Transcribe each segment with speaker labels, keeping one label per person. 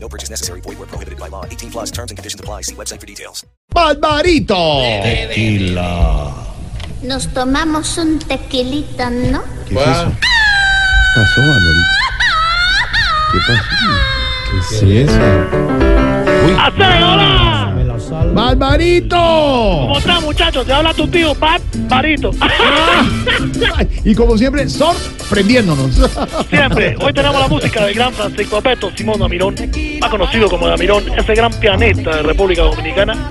Speaker 1: No purchase necessary. Void where prohibited by law. 18 plus terms and conditions apply. See website for details.
Speaker 2: Barbarito. Tequila.
Speaker 3: Nos tomamos un tequilita, ¿no?
Speaker 2: ¿Qué es eso?
Speaker 4: pasó, Manolito? ¿Qué pasó? ¿Qué es eso?
Speaker 5: hola!
Speaker 2: ¡Barbarito!
Speaker 5: ¿Cómo estás, muchachos? Te habla tu tío, Pat Barito.
Speaker 2: Ay, Y como siempre, sorprendiéndonos.
Speaker 5: Siempre. Hoy tenemos la música del gran Francisco Alberto Simón Damirón, más conocido como Damirón, ese gran pianista de República Dominicana,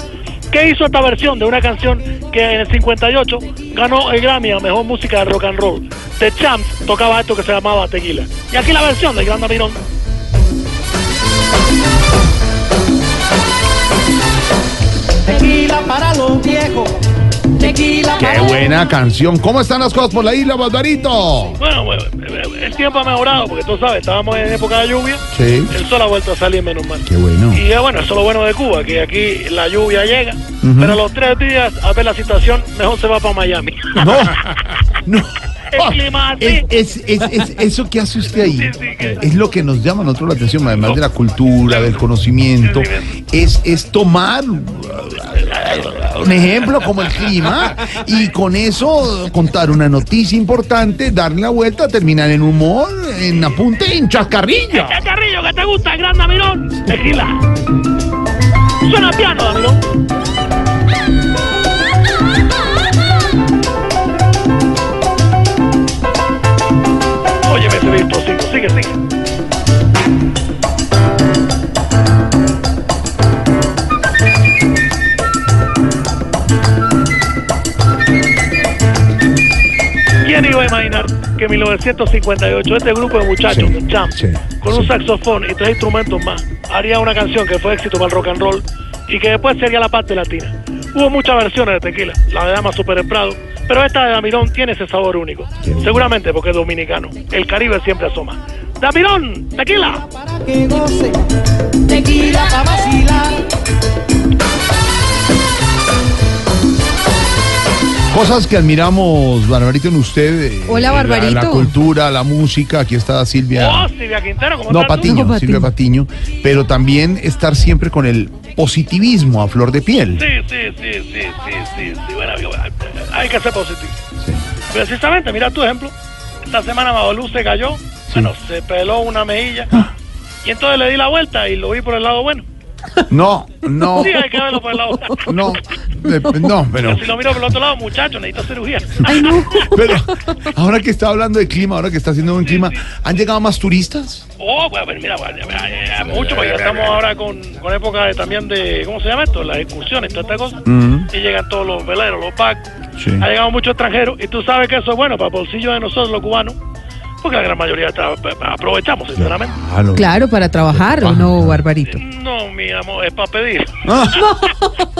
Speaker 5: que hizo esta versión de una canción que en el 58 ganó el Grammy a Mejor Música de Rock and Roll. The Champs tocaba esto que se llamaba Tequila. Y aquí la versión del gran Damirón.
Speaker 6: Tequila para los viejos. Tequila
Speaker 2: ¡Qué
Speaker 6: para
Speaker 2: buena canción! ¿Cómo están las cosas por la isla, Barbarito?
Speaker 5: Bueno, bueno, el tiempo ha mejorado, porque tú sabes, estábamos en época de lluvia.
Speaker 2: Sí.
Speaker 5: El sol ha vuelto a salir menos mal.
Speaker 2: ¡Qué bueno!
Speaker 5: Y eh, bueno, eso es lo bueno de Cuba, que aquí la lluvia llega, pero a los tres días, a ver la situación, mejor se va para Miami.
Speaker 2: ¡No! ¡No!
Speaker 5: El clima así.
Speaker 2: Ah, Es, es- es- es- eso que hace usted ahí
Speaker 5: Sí, sí, que-
Speaker 2: es lo que nos llama a nosotros la atención, además de la cultura, del conocimiento, es, es tomar uh, un ejemplo como el clima y con eso contar una noticia importante, darle la vuelta, terminar en humor, en apunte, en chascarrilla.
Speaker 5: ¡Qué carrillo que te gusta, el gran Damirón! Tequila. Suena piano, Damirón. Oye, ese virtuosito, sigue, sigue. ¿Quién iba a imaginar que en 1958 este grupo de muchachos,
Speaker 2: Sí,
Speaker 5: de Champs,
Speaker 2: sí,
Speaker 5: con un saxofón y tres instrumentos más, haría una canción que fue éxito para el rock and roll y que después sería la parte latina? Hubo muchas versiones de tequila, la de Dama Super El Prado, pero esta de Damirón tiene ese sabor único. Seguramente porque es dominicano. El Caribe siempre asoma. ¡Damirón! ¡Tequila!
Speaker 6: para que goce. Tequila para vacilar.
Speaker 2: Cosas que admiramos, Barbarito, en usted. eh, la-
Speaker 7: Hola,
Speaker 2: La,
Speaker 7: Barbarito.
Speaker 2: cultura, la música, aquí está Silvia.
Speaker 5: ¡Oh, Silvia Quintero! ¿Cómo
Speaker 2: No,
Speaker 5: estás tú?
Speaker 2: Patiño,
Speaker 7: No, Patiño.
Speaker 2: Silvia Patiño, pero también estar siempre con el positivismo a flor de piel.
Speaker 5: Sí, sí, sí, sí, sí, sí, sí. Bueno, amigo, hay que ser positivo. Precisamente, mira tu ejemplo. Esta semana Mabalú se cayó, bueno, se peló una mejilla.
Speaker 7: Ah.
Speaker 5: Y entonces le di la vuelta y lo vi por el lado bueno.
Speaker 2: No, no,
Speaker 5: Sí, hay que verlo por el lado bueno.
Speaker 2: no, eh, no, pero,
Speaker 5: Si lo miro por el otro lado, muchacho, necesito cirugía.
Speaker 7: Ay, no.
Speaker 2: pero ahora que está hablando de clima, ahora que está haciendo un clima, ¿han llegado más turistas?
Speaker 5: Oh, pues, a ver, mira, pues, eh, eh, mucho, porque ya estamos ahora con, con época de- también de, ¿cómo se llama esto? Las excursiones, toda esta cosa. Y llegan todos los veleros, los barcos.
Speaker 2: Sí.
Speaker 5: Ha llegado muchos extranjeros. Y tú sabes que eso es bueno para el bolsillo de nosotros, los cubanos. Porque la gran mayoría tra- aprovechamos, sinceramente.
Speaker 2: Claro.
Speaker 7: Claro, para trabajar, ¿o no, Barbarito?
Speaker 5: No, mi amor, es para pedir.
Speaker 2: Ah,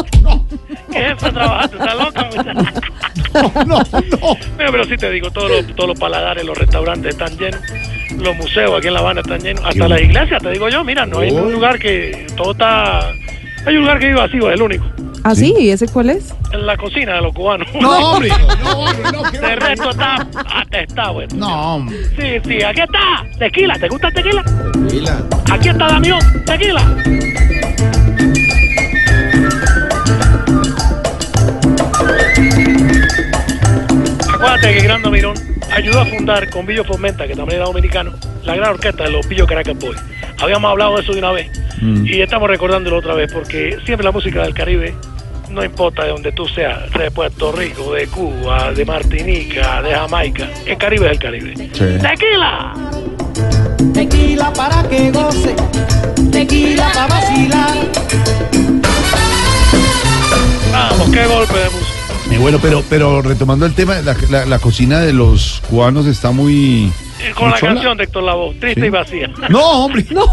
Speaker 5: ¿Qué es para trabajar? ¿Tú estás loca? muchacha?
Speaker 2: no, no.
Speaker 5: Mira, pero sí te digo, todos los, todos los paladares, los restaurantes están llenos, los museos aquí en La Habana están llenos, hasta las iglesias, te digo yo, mira, no hay un lugar que todo está... Hay un lugar que vive vacío, es el único,
Speaker 7: ¿Ah, sí? ¿Y ese cuál es?
Speaker 5: en la cocina de los cubanos.
Speaker 2: No, hombre. No, hombre, no, qué
Speaker 5: El
Speaker 2: barbaridad.
Speaker 5: resto está atestado. esto.
Speaker 2: No, hombre.
Speaker 5: Sí, sí, aquí está, tequila, ¿te gusta el tequila? Aquí está Damión, tequila. Acuérdate que Gran Mirón ayudó a fundar con Billo Fomenta, que también era dominicano, la gran orquesta de los Billo Caracas Boys. Habíamos hablado de eso de una vez y estamos recordándolo otra vez porque siempre la música del Caribe, no importa de donde tú seas, de Puerto Rico, de Cuba, de Martinica, de Jamaica, el Caribe es el Caribe. ¡Tequila!
Speaker 6: Tequila para que goce. Tequila para vacilar.
Speaker 5: Vamos, qué golpe de música.
Speaker 2: Eh, bueno, pero, pero retomando el tema, la, la- la cocina de los cubanos está muy...
Speaker 5: Y Eh, Con la
Speaker 2: ¿Muchola?
Speaker 5: canción de Héctor Lavoe, triste
Speaker 2: Sí.
Speaker 5: y vacía.
Speaker 2: No, hombre. No.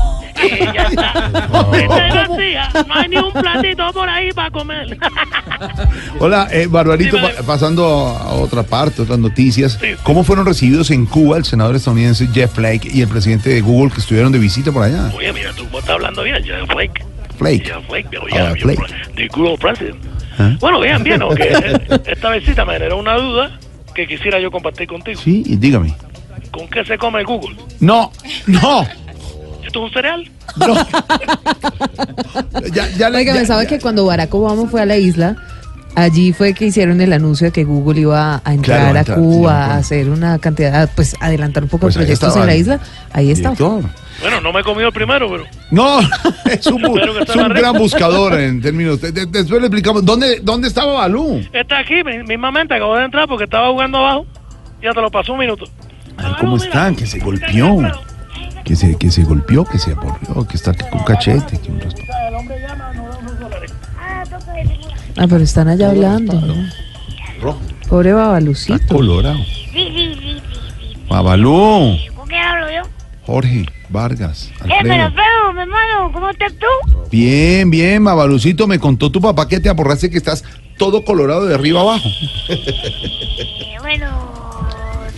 Speaker 5: Y ya está. Esta es la tía, No hay ni un platito por ahí para comer.
Speaker 2: Hola, eh, Barbarito,
Speaker 5: Dime.
Speaker 2: pa- pasando a otra parte, otras noticias. ¿Cómo fueron recibidos en Cuba el senador estadounidense Jeff Flake y el presidente de Google que estuvieron de visita por allá?
Speaker 5: Oye, mira, tú vos estás hablando bien, ya Flake.
Speaker 2: Flake.
Speaker 5: Ya Flake, ya,
Speaker 2: Ah,
Speaker 5: ya,
Speaker 2: Flake.
Speaker 5: The good old president.
Speaker 2: Ah.
Speaker 5: Bueno, bien, bien, aunque esta visita me generó una duda que quisiera yo compartir contigo.
Speaker 2: Sí, y dígame.
Speaker 5: ¿Con qué se come el Google?
Speaker 2: No, no,
Speaker 5: ¿Esto es un cereal?
Speaker 2: no. ya, ya, le-
Speaker 7: Oiga, me
Speaker 2: ya-
Speaker 7: sabe
Speaker 2: ya-
Speaker 7: que cuando Barack Obama fue a la isla, allí fue que hicieron el anuncio de que Google iba a entrar
Speaker 2: Claro,
Speaker 7: a
Speaker 2: entrar, sí, me
Speaker 7: Cuba,
Speaker 2: acuerdo.
Speaker 7: a hacer una cantidad, pues adelantar un poco
Speaker 2: Pues
Speaker 7: de
Speaker 2: ahí
Speaker 7: proyectos
Speaker 2: estaba
Speaker 7: en la
Speaker 2: el
Speaker 7: isla. Ahí está.
Speaker 2: Director.
Speaker 5: Bueno, no me he comido el primero, pero
Speaker 2: No, es un, bu-
Speaker 5: Espero que
Speaker 2: es
Speaker 5: sea
Speaker 2: un
Speaker 5: la
Speaker 2: gran
Speaker 5: red.
Speaker 2: buscador en términos. de- de- después le explicamos. ¿Dónde, dónde estaba Balú?
Speaker 5: está aquí, mi- mismamente acabo de entrar porque estaba jugando abajo. Ya te lo pasó un minuto.
Speaker 2: A ver cómo está, que se golpeó. Que se, que se golpeó, que se aburrió, que está con cachete. Que un resto.
Speaker 5: El hombre llama, no da unos dólares.
Speaker 7: Ah, pero están allá hablando. ¿no?
Speaker 2: Rojo.
Speaker 7: Pobre Babalucito.
Speaker 4: Está colorado.
Speaker 3: Sí, sí, sí, sí.
Speaker 2: Babalú,
Speaker 3: ¿Con quién hablo yo?
Speaker 2: Jorge, Vargas,
Speaker 3: Eh, pero,
Speaker 2: Alfredo.
Speaker 3: pero, mi hermano, ¿cómo estás tú?
Speaker 2: Bien, bien, Babalucito, me contó tu papá que te aporraste que estás todo colorado de arriba abajo.
Speaker 3: Eh, bueno,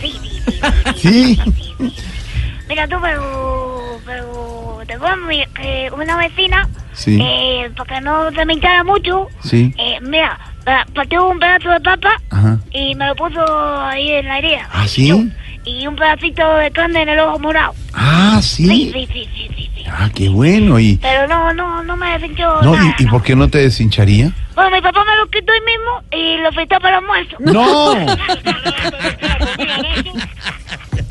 Speaker 3: sí, sí, sí.
Speaker 2: Sí.
Speaker 3: Mira tú, pero, pero, te voy a mi- eh, una vecina,
Speaker 2: Sí.
Speaker 3: eh, para que no se me hinchara mucho,
Speaker 2: Sí.
Speaker 3: eh, mira, pa- partió un pedazo de papa
Speaker 2: Ajá.
Speaker 3: y me lo puso ahí en la herida.
Speaker 2: ¿Ah, sí?
Speaker 3: Y un pedacito de carne en el ojo morado.
Speaker 2: Ah,
Speaker 3: Sí,
Speaker 2: sí.
Speaker 3: sí, sí, sí, sí. sí.
Speaker 2: Ah, qué bueno. Y,
Speaker 3: Pero no, no, no me deshinchó
Speaker 2: no,
Speaker 3: nada.
Speaker 2: ¿y, y por qué no te deshincharía?
Speaker 3: Bueno, mi papá me lo quitó ahí mismo y lo fritó para el almuerzo.
Speaker 2: No,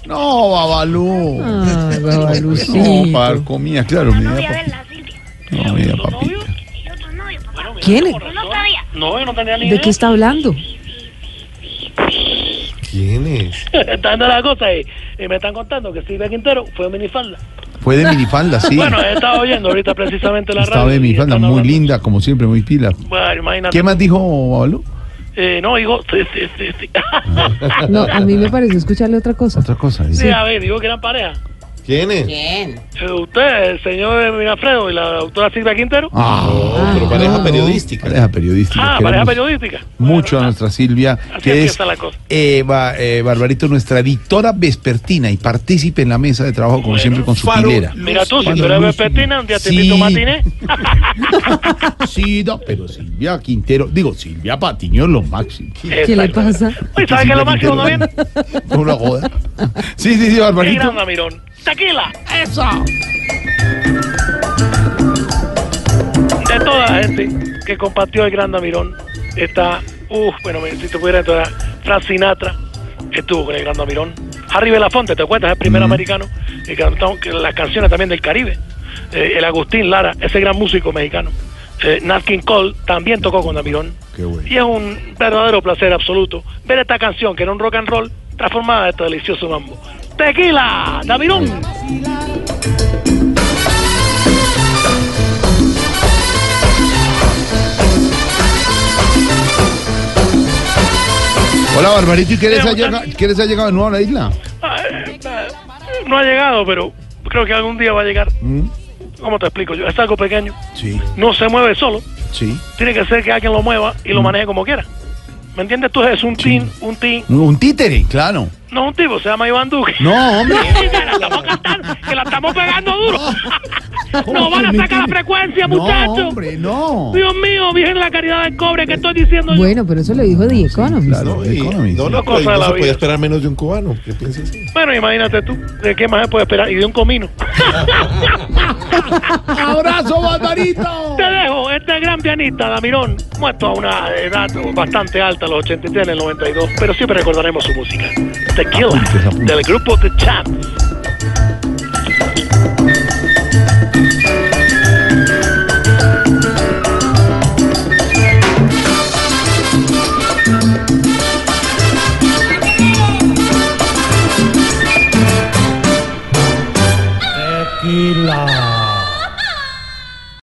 Speaker 2: no, Babalú.
Speaker 7: Ah, Babalucito.
Speaker 2: No, para dar comida, claro.
Speaker 3: La
Speaker 2: mi
Speaker 3: novia
Speaker 2: vida,
Speaker 3: de la Silvia.
Speaker 2: pa- no, mi vida, papita.
Speaker 3: Y otro novio, papá.
Speaker 7: ¿Quién?
Speaker 3: Yo no sabía.
Speaker 5: No, yo no tenía ni idea.
Speaker 7: ¿De qué está hablando?
Speaker 4: ¿Quién es?
Speaker 5: Está dando la cosa y, y me están contando que Silvia Quintero fue a minifalda.
Speaker 2: Fue de minifalda, sí.
Speaker 5: Bueno, he estado oyendo ahorita precisamente la radio.
Speaker 2: Estaba de
Speaker 5: y
Speaker 2: minifalda,
Speaker 5: están
Speaker 2: muy
Speaker 5: hablando.
Speaker 2: linda, como siempre, muy pila.
Speaker 5: Bueno, imagínate.
Speaker 2: ¿Qué más dijo Babalú?
Speaker 5: Eh, no, digo, sí, sí, sí, sí.
Speaker 2: Ah.
Speaker 7: No, a mí me pareció escucharle otra cosa.
Speaker 2: Otra cosa. dice.
Speaker 5: Sí, a ver, digo que eran pareja.
Speaker 4: ¿Quién es?
Speaker 5: Eh, usted, el señor Minafredo y la doctora Silvia Quintero.
Speaker 2: Ah,
Speaker 4: No, pero pareja periodística.
Speaker 2: pareja periodística.
Speaker 5: Ah,
Speaker 2: queremos
Speaker 5: pareja periodística.
Speaker 2: Mucho a nuestra Silvia,
Speaker 5: Así
Speaker 2: que es
Speaker 5: empieza la cosa.
Speaker 2: Eva, eh, Barbarito, nuestra dictora vespertina y partícipe en la mesa de trabajo, como siempre, con su
Speaker 4: Faro-
Speaker 2: pilera.
Speaker 5: Mira tú, si
Speaker 2: Cuando
Speaker 5: tú eres
Speaker 2: luz-
Speaker 5: vespertina, un día te
Speaker 2: Sí.
Speaker 5: invito a un matiné.
Speaker 2: Sí, no, pero Silvia Quintero, digo, Silvia Patiño es lo máximo.
Speaker 5: Eh,
Speaker 7: ¿Qué le
Speaker 5: Exacto.
Speaker 7: pasa?
Speaker 5: Oye, ¿sabes Pues, qué es lo máximo
Speaker 2: Silvia
Speaker 5: también?
Speaker 2: Quintero, ¿no? Una joda. Sí, sí, sí,
Speaker 5: ¡Qué
Speaker 2: Barbarito.
Speaker 5: gran Mirón! ¡Tequila!
Speaker 2: ¡Eso!
Speaker 5: De toda la gente que compartió el Gran Damirón está, uff, bueno, me- si te pudiera entrar, Frank Sinatra estuvo con el Gran Damirón. Harry Belafonte, ¿te acuerdas? El primer americano que cantó que las canciones también del Caribe. Eh, el Agustín Lara, ese gran músico mexicano. Eh, Nat King Cole también tocó con Damirón.
Speaker 2: Qué bueno.
Speaker 5: Y es un verdadero placer absoluto ver esta canción que era un rock and roll transformada en este delicioso mambo. ¡Tequila! ¡Damirón!
Speaker 2: Hola, Barbarito, ¿y qué les,
Speaker 5: Sí,
Speaker 2: ha
Speaker 5: muchachos.
Speaker 2: llegado, qué les ha llegado de nuevo a la isla?
Speaker 5: Ah, eh, eh, No ha llegado, pero creo que algún día va a llegar. ¿Cómo te explico yo? Es algo pequeño.
Speaker 2: ¿Mm? Sí,
Speaker 5: No se mueve solo.
Speaker 2: sí.
Speaker 5: Tiene que ser que alguien lo mueva y
Speaker 4: Mm.
Speaker 5: lo maneje como quiera. ¿Me entiendes? Tú es un team, un team.
Speaker 2: Un títere, claro.
Speaker 5: No un tipo, se llama Iván Duque.
Speaker 2: No, hombre.
Speaker 5: Que la estamos cantando, que la estamos pegando duro. No van a sacar la frecuencia, muchachos.
Speaker 2: No, hombre, no.
Speaker 5: Dios mío, Virgen de la Caridad del Cobre, que estoy diciendo yo?
Speaker 7: Bueno, pero eso lo dijo The Economist.
Speaker 2: Claro,
Speaker 4: No, y-
Speaker 2: Economist.
Speaker 4: no, no,
Speaker 5: Cosa
Speaker 4: pero
Speaker 5: de
Speaker 4: no
Speaker 5: la
Speaker 4: se
Speaker 5: vida.
Speaker 4: podía esperar menos de un cubano. ¿Qué piensas?
Speaker 5: Bueno, imagínate tú, ¿de qué más se puede esperar? Y de un comino.
Speaker 2: ¡Abrazo, Barbarito!
Speaker 5: Te dejo este gran pianista, Damirón, muerto a una edad bastante alta, los 83 en el 92, pero siempre recordaremos su música. Tequila,
Speaker 2: Apuntes, apuntes.
Speaker 5: del grupo The Champs.